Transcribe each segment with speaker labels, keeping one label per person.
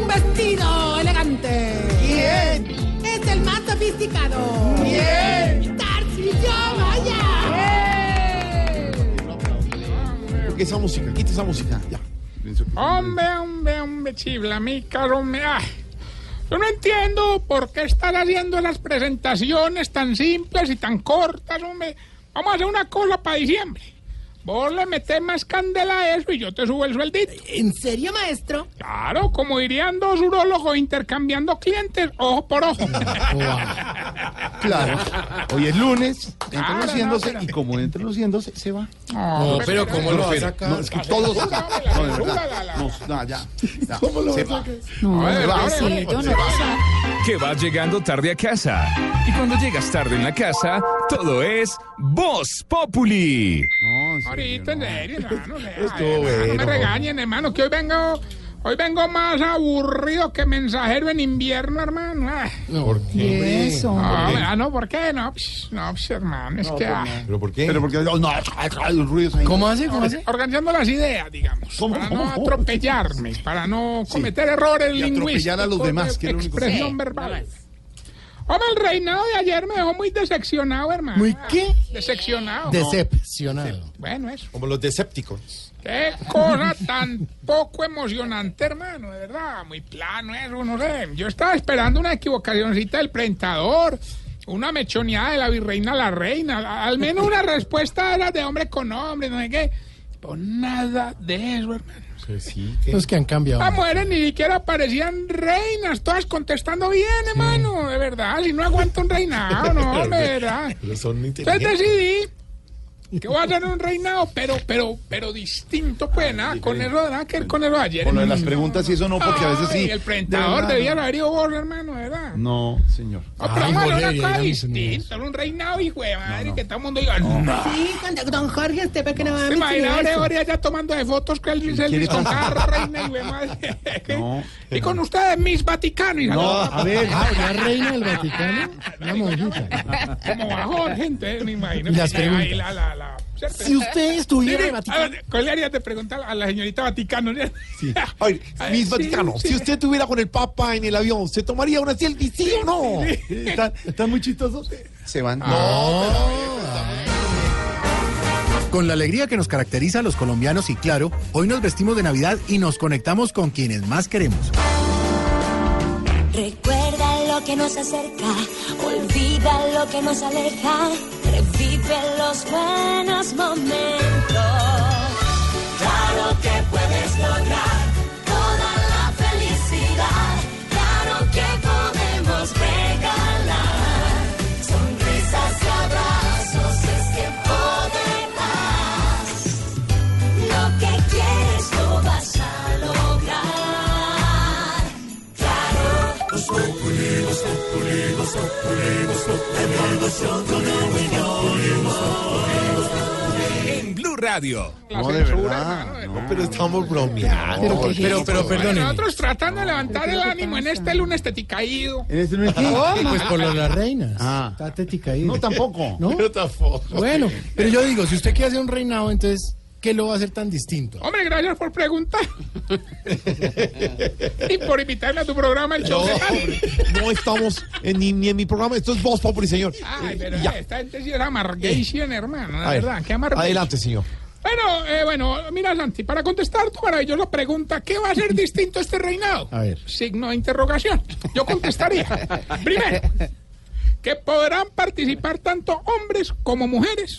Speaker 1: un vestido elegante.
Speaker 2: Bien,
Speaker 1: Es el más sofisticado.
Speaker 2: bien.
Speaker 1: ¡Tarcillo, vaya!
Speaker 2: Porque esa música, quita esa música, ya.
Speaker 3: Hombre, hombre, hombre, chifla, mi caro, hombre. ah. Yo no entiendo por qué estar haciendo las presentaciones tan simples y tan cortas, hombre. Vamos a hacer una cosa para diciembre. Vos le metés más candela a eso y yo te subo el sueldito.
Speaker 1: ¿En serio, maestro?
Speaker 3: Claro, como dirían dos urólogos intercambiando clientes, ojo por ojo.
Speaker 2: Claro. Hoy es lunes, entra
Speaker 3: Claro,
Speaker 2: luciéndose
Speaker 3: no,
Speaker 2: y como entra luciéndose, se va.
Speaker 3: No,
Speaker 4: Pero ¿cómo lo va a sacar?
Speaker 2: No, es que todos.
Speaker 3: La
Speaker 2: No,
Speaker 3: censura, la
Speaker 2: de
Speaker 3: censura,
Speaker 2: verdad.
Speaker 3: la-
Speaker 2: No, no, ya. ya, se va.
Speaker 3: A ver,
Speaker 2: va,
Speaker 3: a ver,
Speaker 2: sí,
Speaker 3: a ver.
Speaker 1: Yo no lo sé.
Speaker 5: que va llegando tarde a casa. Y cuando llegas tarde en la casa, todo es Voz Populi.
Speaker 2: No, en serio,
Speaker 3: Ahorita, en
Speaker 2: no.
Speaker 3: serio, hermano. vea,
Speaker 2: Estuvo
Speaker 3: hermano, No
Speaker 2: bueno.
Speaker 3: me regañen, hermano, que hoy vengo, hoy vengo más aburrido que mensajero en invierno, hermano. Ah,
Speaker 4: ¿Por qué?
Speaker 1: Eso.
Speaker 3: no, ah, no, ¿por qué? No, pues, no, pues, hermano, es que... ah,
Speaker 4: ¿Pero por qué?
Speaker 2: Pero porque. oh, No, no, los ruidos ahí.
Speaker 4: ¿Cómo hace? ¿Cómo hace?
Speaker 3: Organizando las ideas, digamos,
Speaker 2: ¿Cómo,
Speaker 3: para
Speaker 2: cómo,
Speaker 3: no
Speaker 2: cómo?
Speaker 3: atropellarme, para no cometer errores
Speaker 2: Y atropellar
Speaker 3: lingüísticos.
Speaker 2: a los demás,
Speaker 3: de
Speaker 2: que es lo único que-
Speaker 3: expresión
Speaker 2: Sí,
Speaker 3: verbal. Hombre, el reinado de ayer me dejó muy decepcionado, hermano.
Speaker 4: ¿Muy qué?
Speaker 3: Decepcionado.
Speaker 4: Decepcionado.
Speaker 3: Bueno, eso.
Speaker 4: Como los Decepticons.
Speaker 3: Qué cosa tan poco emocionante, hermano, de verdad. Muy plano eso, no sé. Yo estaba esperando una equivocacioncita del presentador, una mechoneada de la virreina a la reina. a- Al menos una respuesta era de hombre con hombre, no sé qué. Pero nada de eso, hermano.
Speaker 4: Los que han cambiado.
Speaker 3: Las mujeres ni siquiera parecían reinas, todas contestando bien, hermano, de verdad. Si no aguanta un reinado, no, hombre, de verdad.
Speaker 4: Pero son
Speaker 3: Entonces
Speaker 2: Este
Speaker 4: inteligentes.
Speaker 3: decidí Este que voy a hacer un reinado, pero, pero, pero distinto, pues nada, con eso, nada que ver con eso de ayer.
Speaker 2: Ah, Con lo de
Speaker 3: hermano.
Speaker 2: las preguntas y eso no, porque a veces
Speaker 3: Ay,
Speaker 2: sí.
Speaker 3: El
Speaker 2: de
Speaker 3: presentador
Speaker 2: verdad,
Speaker 3: debía
Speaker 2: no.
Speaker 3: haber ido vos, hermano, ¿verdad? No,
Speaker 2: No, señor.
Speaker 3: pero
Speaker 4: Ay,
Speaker 3: vamos a hacer
Speaker 4: Valeria,
Speaker 3: una cosa
Speaker 4: digamos,
Speaker 3: distinta, un reinado, hijo de madre, que todo el mundo diga, no.
Speaker 1: Sí, con- don Jorge, usted por qué no va a
Speaker 3: ¿Te imaginas
Speaker 1: mencionar
Speaker 3: ahora,
Speaker 1: eso?
Speaker 3: ahora ya tomando de fotos que Elvis,
Speaker 2: quiere
Speaker 3: Elvis con
Speaker 2: tomar?
Speaker 3: cada reina, hijo de madre?
Speaker 2: No.
Speaker 3: Y con ustedes, mis Vaticano. Y la
Speaker 2: No,
Speaker 3: otra,
Speaker 2: a ver.
Speaker 4: Ah, la reina del Vaticano, la monjita.
Speaker 3: Como bajón, gente, me imagino.
Speaker 4: Y las
Speaker 3: que ahí
Speaker 4: preguntas.
Speaker 3: la, la, la, ¿cierto?
Speaker 4: Si usted estuviera
Speaker 3: Mire,
Speaker 4: en el
Speaker 3: a
Speaker 4: Vaticano,
Speaker 3: ver, ¿Cuál le harías de preguntar a la señorita Vaticano?
Speaker 2: Sí. A ver,
Speaker 3: Ay,
Speaker 2: Miss
Speaker 3: sí,
Speaker 2: Vaticano,
Speaker 3: sí.
Speaker 2: si usted estuviera con el Papa en el avión, ¿se tomaría una selfie, sí o no? ¿Están, están muy chistosos? Se van.
Speaker 6: Con la alegría que nos caracteriza a los colombianos y claro, hoy nos vestimos de Navidad y nos conectamos con quienes más queremos.
Speaker 7: Recuerda lo que nos acerca, olvida lo que nos aleja, revive los buenos momentos. Claro que puedes lograr toda la felicidad, claro que podemos regalar sonrisas y abrazos, es que podrás. Lo que quieres lo vas a lograr. Claro.
Speaker 5: En Blue Radio.
Speaker 2: No, de verdad.
Speaker 3: hermano,
Speaker 2: no.
Speaker 4: pero estamos bromeando.
Speaker 1: Pero qué es
Speaker 4: Ah, Pero,
Speaker 1: eso.
Speaker 4: pero, perdóneme.
Speaker 3: Nosotros tratando de levantar el ánimo en este lunes teticaído.
Speaker 2: ¿En este no es que-
Speaker 4: Pues por lo de las reinas.
Speaker 2: Ah.
Speaker 4: Está tética ahí.
Speaker 2: No, tampoco.
Speaker 4: ¿No?
Speaker 2: Pero
Speaker 4: tampoco. Bueno, pero yo digo, si usted quiere hacer un reinado, entonces, ¿qué lo va a hacer tan distinto?
Speaker 3: Hombre, gracias por preguntar. y por invitarme a tu programa, el show.
Speaker 2: No,
Speaker 3: de
Speaker 2: hombre, no estamos en, ni, ni en mi programa. Esto es Voz Populi, señor.
Speaker 3: Ay,
Speaker 2: Eh,
Speaker 3: pero
Speaker 2: ya. Eh,
Speaker 3: esta gente sí era amarguation, hermano,
Speaker 2: A
Speaker 3: la
Speaker 2: ver,
Speaker 3: verdad, qué amarguation.
Speaker 2: Adelante, señor.
Speaker 3: Bueno, eh, bueno, mira, Santi, para contestar tu maravillosa pregunta, ¿qué va a ser distinto este reinado?
Speaker 4: A ver.
Speaker 3: Signo de interrogación. Yo contestaría. Primero, que podrán participar tanto hombres como mujeres.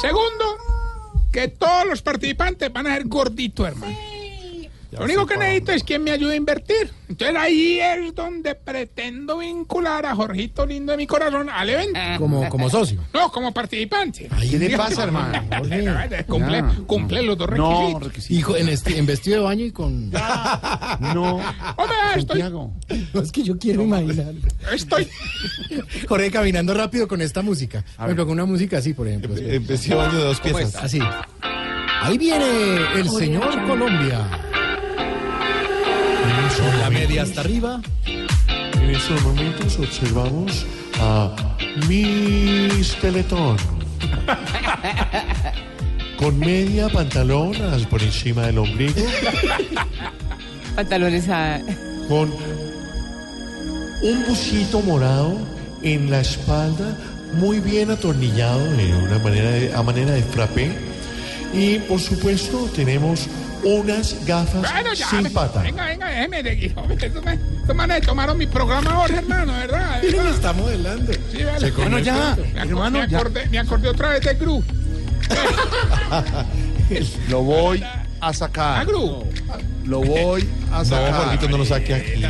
Speaker 3: Segundo, que todos los participantes van a ser gorditos, hermano. Lo único que necesito es quien me ayude a invertir. Entonces ahí es donde pretendo vincular a Jorgito Lindo de mi corazón al evento.
Speaker 4: Como, como socio.
Speaker 3: No, como participante.
Speaker 2: ¿Qué le pasa, hermano?
Speaker 3: Cumple, cumple los dos requisitos.
Speaker 2: No, requisito.
Speaker 4: Hijo, en, este, en vestido de baño y con...
Speaker 2: No.
Speaker 3: Hombre, estoy,
Speaker 2: Santiago.
Speaker 4: No, es que yo quiero imaginar.
Speaker 3: estoy,
Speaker 4: Jorge caminando rápido con esta música. Por ejemplo, con una música así, por ejemplo.
Speaker 2: Empecé baño de dos piezas.
Speaker 4: Pues, Así. Ahí viene el señor Colombia. Con la media hasta arriba.
Speaker 8: En estos momentos observamos a Miss Teletón. Con media pantalón as- por encima del ombligo.
Speaker 9: pantalones a...
Speaker 8: con un busito morado en la espalda, muy bien atornillado de una manera de- a manera de frappé. Y por supuesto tenemos unas gafas
Speaker 3: Bueno, ya.
Speaker 8: sin
Speaker 3: me-
Speaker 8: pata.
Speaker 3: Venga, venga, déjeme de guión. Estos manes- estos manes tomaron mi programa ahora, hermano, de ¿verdad? de verdad.
Speaker 4: está modelando.
Speaker 3: Sí, vale.
Speaker 4: Bueno, ya,
Speaker 3: Me, aco-
Speaker 4: hermano,
Speaker 3: me
Speaker 4: ya.
Speaker 3: acordé, me acordé otra vez de Gru.
Speaker 2: Lo voy a sacar.
Speaker 3: ¿A Ah, Gru?
Speaker 2: Lo voy a
Speaker 8: No,
Speaker 2: sacar.
Speaker 8: Jorgito, no lo saque aquí.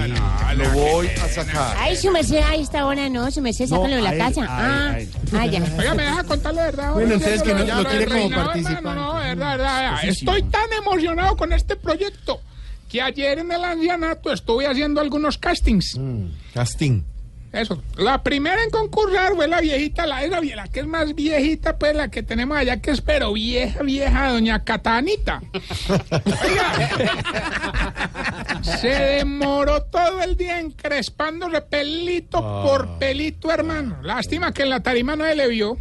Speaker 2: Lo voy a sacar.
Speaker 9: Ay, su merced, ahí está buena, no, su merced, sácalo de la casa. ah, ah, ya.
Speaker 3: Oiga, me deja contar la verdad. Oye,
Speaker 4: Bueno, entonces
Speaker 3: yo
Speaker 4: que no-
Speaker 3: ya
Speaker 4: lo quiere
Speaker 3: he
Speaker 4: como
Speaker 3: reinado,
Speaker 4: participante.
Speaker 3: hermano, No, de verdad, de verdad, de verdad. Estoy tan emocionado con este proyecto que ayer en el ancianato estuve haciendo algunos castings.
Speaker 2: Casting.
Speaker 3: Eso. La primera en concursar fue la viejita, la, esa vie- la que es más viejita, pues la que tenemos allá, que es pero vieja, vieja, doña Catanita. Oiga, se demoró todo el día encrespándose pelito
Speaker 8: Ah.
Speaker 3: por pelito, hermano. Lástima que en la tarima no se le vio,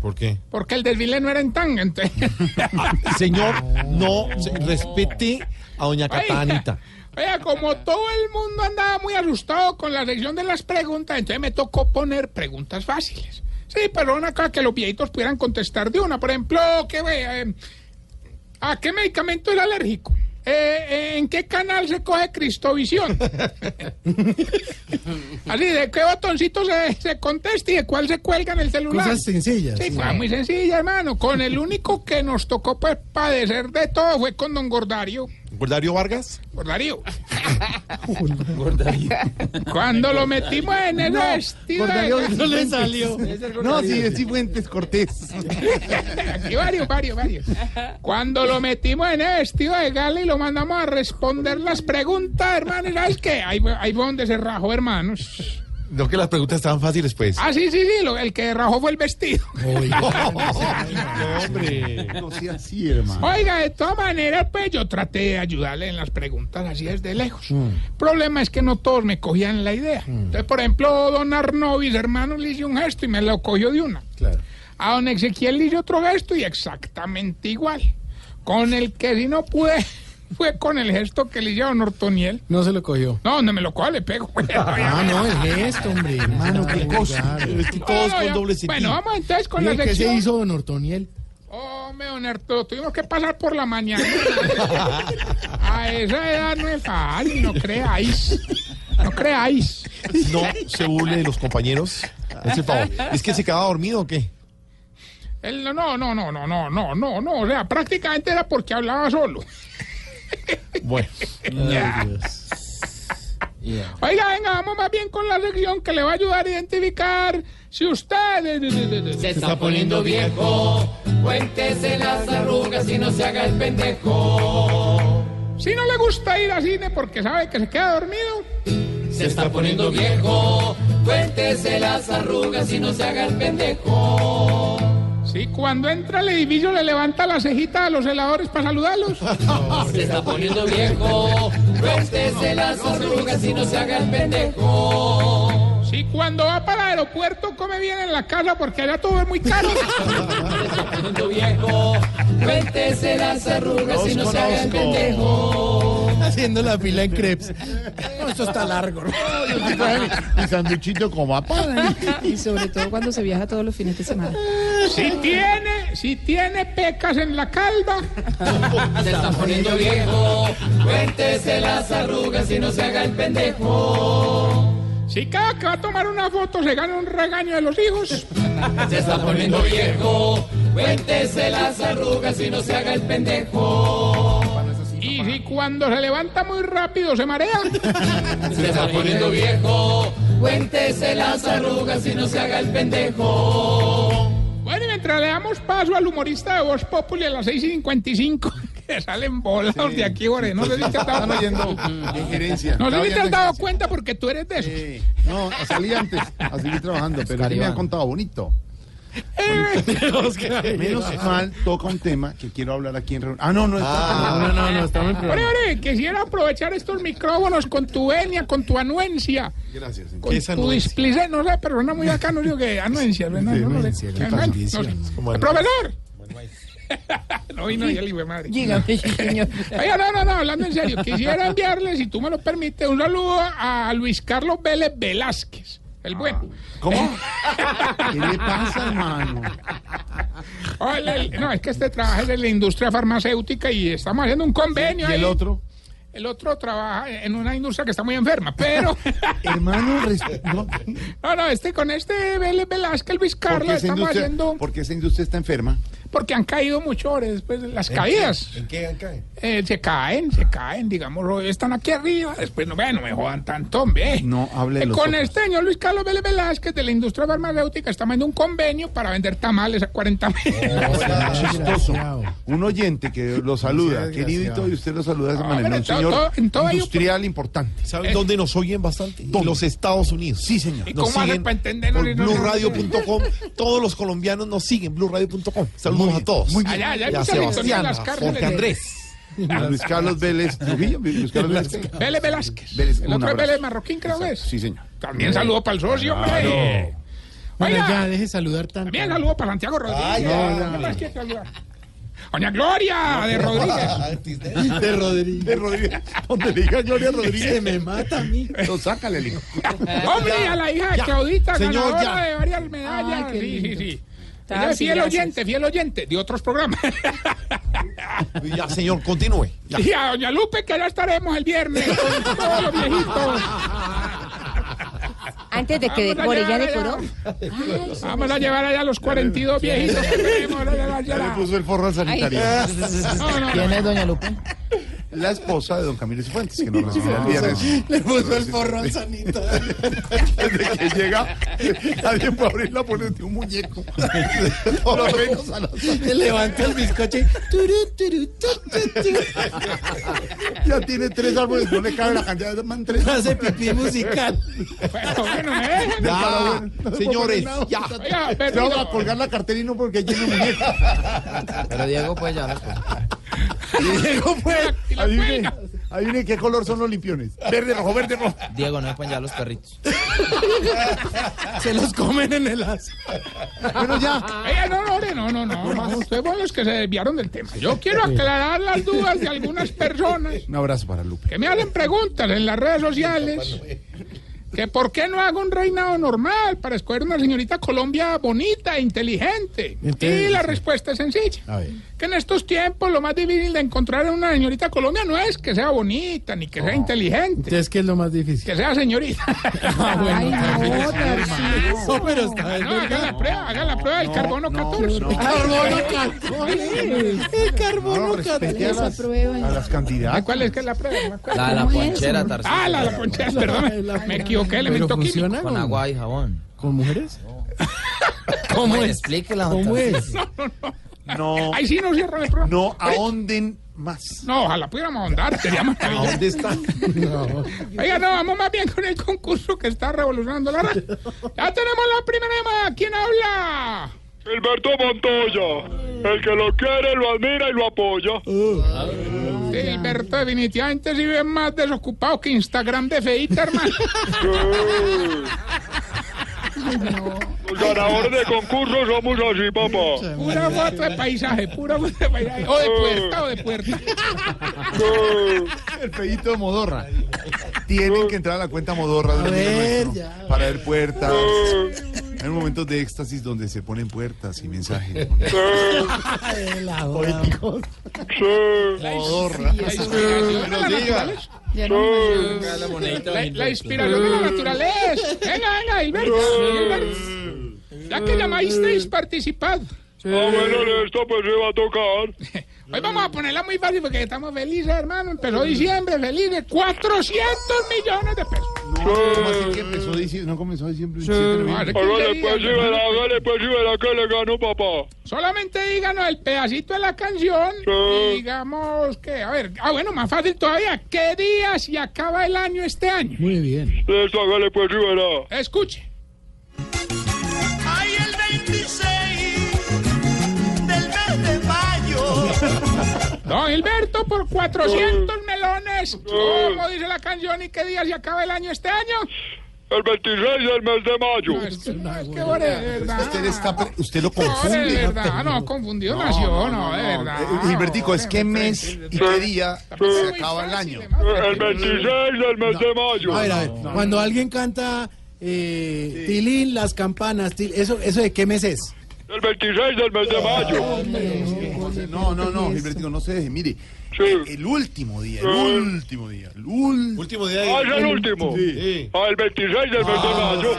Speaker 8: ¿Por qué?
Speaker 3: porque el desfile no era en tanga. entonces-
Speaker 2: Señor, no se- respete a doña Catanita.
Speaker 3: Oiga, como todo el mundo andaba muy asustado con la sección de las preguntas, entonces me tocó poner preguntas fáciles. Sí, pero una cosa que los viejitos pudieran contestar de una. Por ejemplo, ¿qué, ve- eh, ¿a qué medicamento es alérgico? Eh, ¿En qué canal se coge Cristovisión? Así, ¿de qué botoncito se, se contesta y de cuál se cuelga en el celular?
Speaker 4: Cosas sencillas.
Speaker 3: Sí, fue muy sencilla, hermano. Con el único que nos tocó pues, padecer de todo fue con don Gordario.
Speaker 2: ¿Gordario Vargas?
Speaker 3: Gordario. Cuando lo metimos en el vestido.
Speaker 2: Gordario
Speaker 3: de-
Speaker 2: no le salió. No, sí, es Fuentes Cortés.
Speaker 3: Aquí varios, varios, varios. Cuando lo metimos en el vestido de gala y lo mandamos a responder las preguntas, hermano, ¿y ¿sabes qué? Ahí, fue- ahí fue donde se rajó, hermanos.
Speaker 2: No que las preguntas estaban fáciles, pues.
Speaker 3: Ah, sí, sí, sí, lo- el que rajó fue el vestido.
Speaker 2: No sea así, hermano.
Speaker 3: Oiga, de todas maneras, pues yo traté de ayudarle en las preguntas así desde lejos. Problema es que no todos me cogían la idea. Entonces, por ejemplo, don Arnovis, hermano, le hice un gesto y me lo cogió de una. A don Ezequiel le hice otro gesto y exactamente igual. Con el que sí no pude fue con el gesto que le hice a don Ortoniel.
Speaker 4: No se lo cogió.
Speaker 3: No, donde me lo coja le pego.
Speaker 4: Ah, no, el gesto, hombre. Hermano, qué cosa.
Speaker 2: Es que todos con doble sentido.
Speaker 3: Bueno, vamos entonces con la
Speaker 4: ¿Qué se
Speaker 3: sección.
Speaker 4: hizo Don Ortoniel?
Speaker 3: Hombre, don Arturo, tuvimos que pasar por la mañana. A esa edad no es fácil, no creáis. No creáis.
Speaker 2: No se burle de los compañeros. Ese favor. ¿Es que se quedaba dormido o qué?
Speaker 3: Él no, no, no, no, no, no, no, no, no. O sea, prácticamente era porque hablaba solo.
Speaker 2: Bueno.
Speaker 3: Oiga, venga, vamos más bien con la sección que le va a ayudar a identificar si usted.
Speaker 9: Se está poniendo viejo, cuéntese las arrugas y no se haga el pendejo.
Speaker 3: Si no le gusta ir al cine porque sabe que se queda dormido.
Speaker 9: Se está poniendo viejo, cuéntese las arrugas y no se haga el pendejo.
Speaker 3: Si cuando entra al edificio le levanta la cejita a los heladores para saludarlos.
Speaker 9: Se está poniendo viejo, cuéntese las arrugas y no se haga el pendejo.
Speaker 3: Si cuando va para el aeropuerto come bien en la casa porque allá todo es muy caro.
Speaker 9: Poniendo viejo, cuéntese las arrugas y no se haga el pendejo.
Speaker 4: Haciendo la fila en crepes. No, esto está largo.
Speaker 2: Mi sanduchito como papá.
Speaker 10: Y sobre todo cuando se viaja todos los fines de semana.
Speaker 3: Si tiene, si tiene pecas en la calva.
Speaker 9: Se está poniendo viejo, cuéntese las arrugas y no se haga el pendejo.
Speaker 3: Si cada que va a tomar una foto se gana un regaño de los hijos.
Speaker 9: Se está poniendo viejo, cuéntese las arrugas y no se haga el pendejo.
Speaker 3: Y si cuando se levanta muy rápido se marea.
Speaker 9: Se está poniendo viejo, cuéntese las arrugas y no se haga el pendejo.
Speaker 3: Bueno, y mientras le damos paso al humorista de Voz Populi a las 6 y 55, que salen volados de aquí, Jorge. No sé si te has dado,
Speaker 2: Injerencia.
Speaker 3: no sé si te has dado cuenta porque tú eres de esos.
Speaker 2: No, salí antes a seguir trabajando, pero sí me ha contado bonito. Menos mal toca un tema que quiero hablar aquí en reunión. Ah, no, no,
Speaker 4: No, no, no, estamos en
Speaker 3: Ore,
Speaker 4: programa.
Speaker 3: ore, quisiera aprovechar estos micrófonos con tu venia, con tu anuencia.
Speaker 2: Gracias.
Speaker 3: Con tu displicencia, no sé, pero una muy acá no digo que anuencia, ¿verdad? No, no sé. Anuencia, no sé. Eh, Profesor, No vino ya el hijo de madre.
Speaker 10: Dígame, señor.
Speaker 3: Oiga, no, no, no, hablando en serio, quisiera enviarle, si tú me lo permites, un saludo a Luis Carlos Vélez Velázquez, el
Speaker 2: Ah.
Speaker 3: bueno.
Speaker 2: ¿Cómo? ¿Qué le pasa, hermano?
Speaker 3: Hola, el- no, es que este trabaja en la industria farmacéutica y estamos haciendo un
Speaker 2: ¿Y
Speaker 3: convenio. ahí.
Speaker 2: el otro?
Speaker 3: El otro trabaja en una industria que está muy enferma, pero...
Speaker 2: Hermano, res- no.
Speaker 3: No, no, este con este Vélez Velázquez, Luis
Speaker 11: ¿Por qué
Speaker 3: Carlos,
Speaker 11: esa
Speaker 3: estamos
Speaker 11: industria-
Speaker 3: haciendo...
Speaker 11: ¿Por qué esa industria está enferma?
Speaker 3: Porque han caído mucho ahora después de las caídas.
Speaker 11: ¿En qué cae?
Speaker 3: Eh, se caen, se caen, digamos, hoy están aquí arriba, después no, bueno, me jodan tanto, hombre.
Speaker 2: No, hable de
Speaker 3: Eh,
Speaker 2: los
Speaker 3: con
Speaker 2: otros.
Speaker 3: este señor Luis Carlos Vélez Velázquez de la industria farmacéutica estamos haciendo un convenio para vender tamales a 40 mil.
Speaker 11: Hola, chistoso. Un oyente que lo saluda, querido, y usted lo saluda de esa
Speaker 3: Ah,
Speaker 11: manera.
Speaker 3: pero
Speaker 11: Un
Speaker 3: en todo- todo-
Speaker 11: señor
Speaker 3: en todo hay un-
Speaker 11: industrial importante.
Speaker 2: ¿Saben dónde nos oyen bastante? En los Estados Unidos. Sí, señor.
Speaker 3: ¿Y
Speaker 2: Nos
Speaker 3: cómo hace
Speaker 2: siguen
Speaker 3: para entendernos
Speaker 2: por
Speaker 3: y no- no-
Speaker 2: blueradio.com. Todos los colombianos nos siguen, blueradio.com. Saludos a todos.
Speaker 11: muy
Speaker 3: Allá, allá hay
Speaker 2: Y a
Speaker 3: mucha victoria en
Speaker 2: Sebastián,
Speaker 3: las
Speaker 2: a
Speaker 3: cárceles.
Speaker 2: Jorge Andrés.
Speaker 11: A Luis Carlos Vélez Trujillo. Luis Carlos Vélez.
Speaker 3: Vélez Velázquez.
Speaker 11: Vélez,
Speaker 3: el
Speaker 11: un
Speaker 3: otro es
Speaker 11: abrazo.
Speaker 3: Vélez Marroquín, creo que es.
Speaker 11: Sí, señor.
Speaker 3: También saludo para el socio, hombre.
Speaker 4: Bueno,
Speaker 3: Oiga.
Speaker 4: ya, deje saludar tanto.
Speaker 3: También saludo para Santiago Rodríguez.
Speaker 11: ya.
Speaker 3: ¿Qué más quiere saludar? Doña Gloria de Rodríguez.
Speaker 2: De Rodríguez.
Speaker 11: De Rodríguez. Donde le diga Gloria Rodríguez.
Speaker 2: me mata a mí.
Speaker 11: Lo sácale, le digo.
Speaker 3: Hombre, a la hija de
Speaker 2: ya.
Speaker 3: Claudita,
Speaker 2: Señor,
Speaker 3: ganadora
Speaker 2: ya.
Speaker 3: de varias medallas.
Speaker 10: Ay, qué
Speaker 3: sí, sí,
Speaker 10: lindo.
Speaker 3: sí.
Speaker 10: Tan,
Speaker 3: Ella es
Speaker 10: sí,
Speaker 3: fiel
Speaker 10: gracias.
Speaker 3: oyente, fiel oyente de otros programas.
Speaker 2: Ya, señor, continúe. Ya.
Speaker 3: Y a Doña Lupe, que allá estaremos el viernes con todos los viejitos.
Speaker 12: Antes de que
Speaker 3: Vamos
Speaker 12: decore,
Speaker 3: allá,
Speaker 12: ya
Speaker 3: allá.
Speaker 12: decoró.
Speaker 3: Vamos a llevar allá a los 42 viejitos que tenemos. allá, allá,
Speaker 11: Ya le
Speaker 3: allá.
Speaker 11: puso el forro al sanitario.
Speaker 3: No, no,
Speaker 9: ¿Quién
Speaker 3: no.
Speaker 9: es Doña Lupe?
Speaker 11: La esposa de don Camilo Cifuentes, que nos recibe el viernes.
Speaker 4: Le puso el forro al sanito.
Speaker 11: Desde que llega, nadie puede abrir la puerta de un muñeco. Por lo menos a las-
Speaker 4: Le levanta el bizcocho y... turú, turú, tu, tu, tu.
Speaker 11: Ya tiene tres árboles, no le cabe la cantidad de man tres.
Speaker 4: Hace pipí musical.
Speaker 3: Bueno, bueno, me dejan.
Speaker 2: Ya, señores, ya.
Speaker 3: Oiga,
Speaker 11: Te
Speaker 3: perdido.
Speaker 11: vamos a colgar la cartera y no porque llene un muñeco.
Speaker 9: Pero Diego pues ya las cosas.
Speaker 3: Y la
Speaker 11: Adivine,
Speaker 3: cuelga.
Speaker 11: adivine qué color son los limpiones. Verde, rojo, verde, rojo.
Speaker 9: Diego, no pueden ya los perritos.
Speaker 4: Se los comen en el as.
Speaker 11: Bueno, ya.
Speaker 3: Oiga, no, no, hombre, no, no, no, no, ustedes fueron los que se desviaron del tema. Yo quiero aclarar las dudas de algunas personas
Speaker 11: Un abrazo para Lupe.
Speaker 3: que me hacen preguntas en las redes sociales. Que por qué no hago un reinado normal para escoger una señorita Colombia bonita e inteligente. Y la respuesta es sencilla.
Speaker 11: A ver.
Speaker 3: Que en estos tiempos lo más difícil de encontrar en una señorita Colombia no es que sea bonita ni que sea inteligente.
Speaker 4: Entonces, ¿qué es lo más difícil?
Speaker 3: Que sea señorita.
Speaker 11: Ah,
Speaker 10: Ay, no,
Speaker 4: No, pero está
Speaker 3: Ah,
Speaker 4: es
Speaker 3: no, haga la
Speaker 4: verdad.
Speaker 3: prueba, haga la prueba del carbono 14.
Speaker 4: Carbono 14. El carbono
Speaker 11: respete a
Speaker 4: 14.
Speaker 11: las,
Speaker 10: prueba.
Speaker 11: a las
Speaker 3: Ah,
Speaker 11: candidatas.
Speaker 3: ¿Cuál es que es la prueba? No me acuerdo.
Speaker 9: La de la
Speaker 10: ¿Cómo es
Speaker 9: ponchera,
Speaker 10: eso?
Speaker 9: Tarcillo.
Speaker 3: Ah, la de la ponchera, perdón. Me equivoqué,
Speaker 4: ¿Pero
Speaker 3: elemento químico.
Speaker 4: funciona
Speaker 9: Con
Speaker 4: con,
Speaker 9: agua y jabón.
Speaker 4: con mujeres?
Speaker 9: ¿Cómo es? Explíquela. don
Speaker 4: ¿Cómo
Speaker 9: Tarcisio.
Speaker 4: es?
Speaker 11: No,
Speaker 3: Ahí sí no cierra el programa.
Speaker 11: no ahonden más.
Speaker 3: No, ojalá pudiéramos ahondar, sería
Speaker 2: ¿A
Speaker 3: maravilloso.
Speaker 2: dónde está?
Speaker 3: Oiga, no, vamos más bien con el concurso que está revolucionando la radio. Ya tenemos la primera llamada. ¿Quién habla?
Speaker 13: Gilberto Montoya, el que lo quiere, lo admira y lo apoya.
Speaker 3: Gilberto, definitivamente si ven más desocupado que Instagram de feita, hermano.
Speaker 13: Los ganadores de concursos somos así, papá.
Speaker 3: Pura foto de paisaje, pura foto de paisaje. O de puerta, o de puerta.
Speaker 11: El pedito de Modorra. Tienen que entrar a la cuenta Modorra del amigo
Speaker 4: ver,
Speaker 11: nuestro
Speaker 4: ya.
Speaker 11: para ver puertas. Hay momentos de éxtasis donde se ponen puertas y mensajes. Poéticos. Modorra.
Speaker 3: La inspiración de la naturaleza.
Speaker 10: Ya no me ayuda.
Speaker 3: La, la inspiración de la naturaleza. Venga, venga, Gilberto. Gilberto. Ya que llamasteis, participad.
Speaker 13: Ah, bueno, en esta pues se va a tocar.
Speaker 3: Hoy vamos a ponerla muy fácil porque estamos felices, hermano. Empezó diciembre, felices. 400 millones de pesos.
Speaker 11: ¿Cómo así que empezó dici- no comenzó diciembre 27 de noviembre?
Speaker 13: Hágale pues y verá, hágale pues y verá que le ganó, papá.
Speaker 3: Solamente díganos el pedacito de la canción.
Speaker 13: Sí.
Speaker 3: Digamos que, a ver, ah, bueno, más fácil todavía. ¿Qué día si acaba el año este año?
Speaker 4: Muy bien.
Speaker 13: Listo, hágale pues y verá.
Speaker 3: Escuche.
Speaker 7: Hay el 26 del mes de mayo.
Speaker 3: Don Gilberto, por 400 melones. ¿Cómo dice la canción y qué día se acaba el año este año?
Speaker 13: El 26 del mes de mayo.
Speaker 3: Qué bueno, de verdad.
Speaker 2: Usted, está pre- usted lo
Speaker 3: No, de
Speaker 2: confunde.
Speaker 3: verdad, no, confundido nació, no, de verdad.
Speaker 2: Eh, Gilbertico, es qué mes y qué día se acaba el año.
Speaker 13: El 26 del mes de mayo.
Speaker 4: A ver, a ver, cuando alguien canta eh, Tilín, las campanas, til- ¿eso, ¿eso de qué mes es?
Speaker 13: El 26 del mes de mayo.
Speaker 2: No, no, no, Gilbertico, no se deje. Mire, eh, el, el último día, el último día, el ul- último día.
Speaker 13: Ah, es el último. Ah, el 26 del mes de mayo.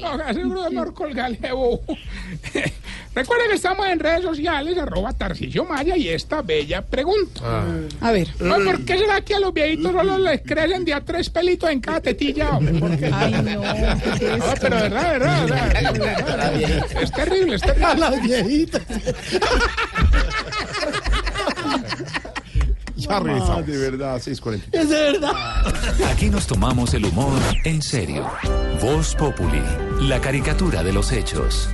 Speaker 3: No, seguro de amor colgale, bobo. Recuerden que estamos en redes sociales, arroba Tarcillo Maya y esta bella pregunta.
Speaker 12: A ver.
Speaker 3: No, ¿Por qué será que a los viejitos solo les crecen de a tres pelitos en cada tetilla? hombre? ¿Por qué? No, pero verdad, verdad, verdad, verdad. Es terrible, es terrible. A las viejitas.
Speaker 2: Ya regresamos. De verdad, 6.40.
Speaker 1: Es de verdad.
Speaker 14: Aquí nos tomamos el humor en serio. Voz Populi, la caricatura de los hechos.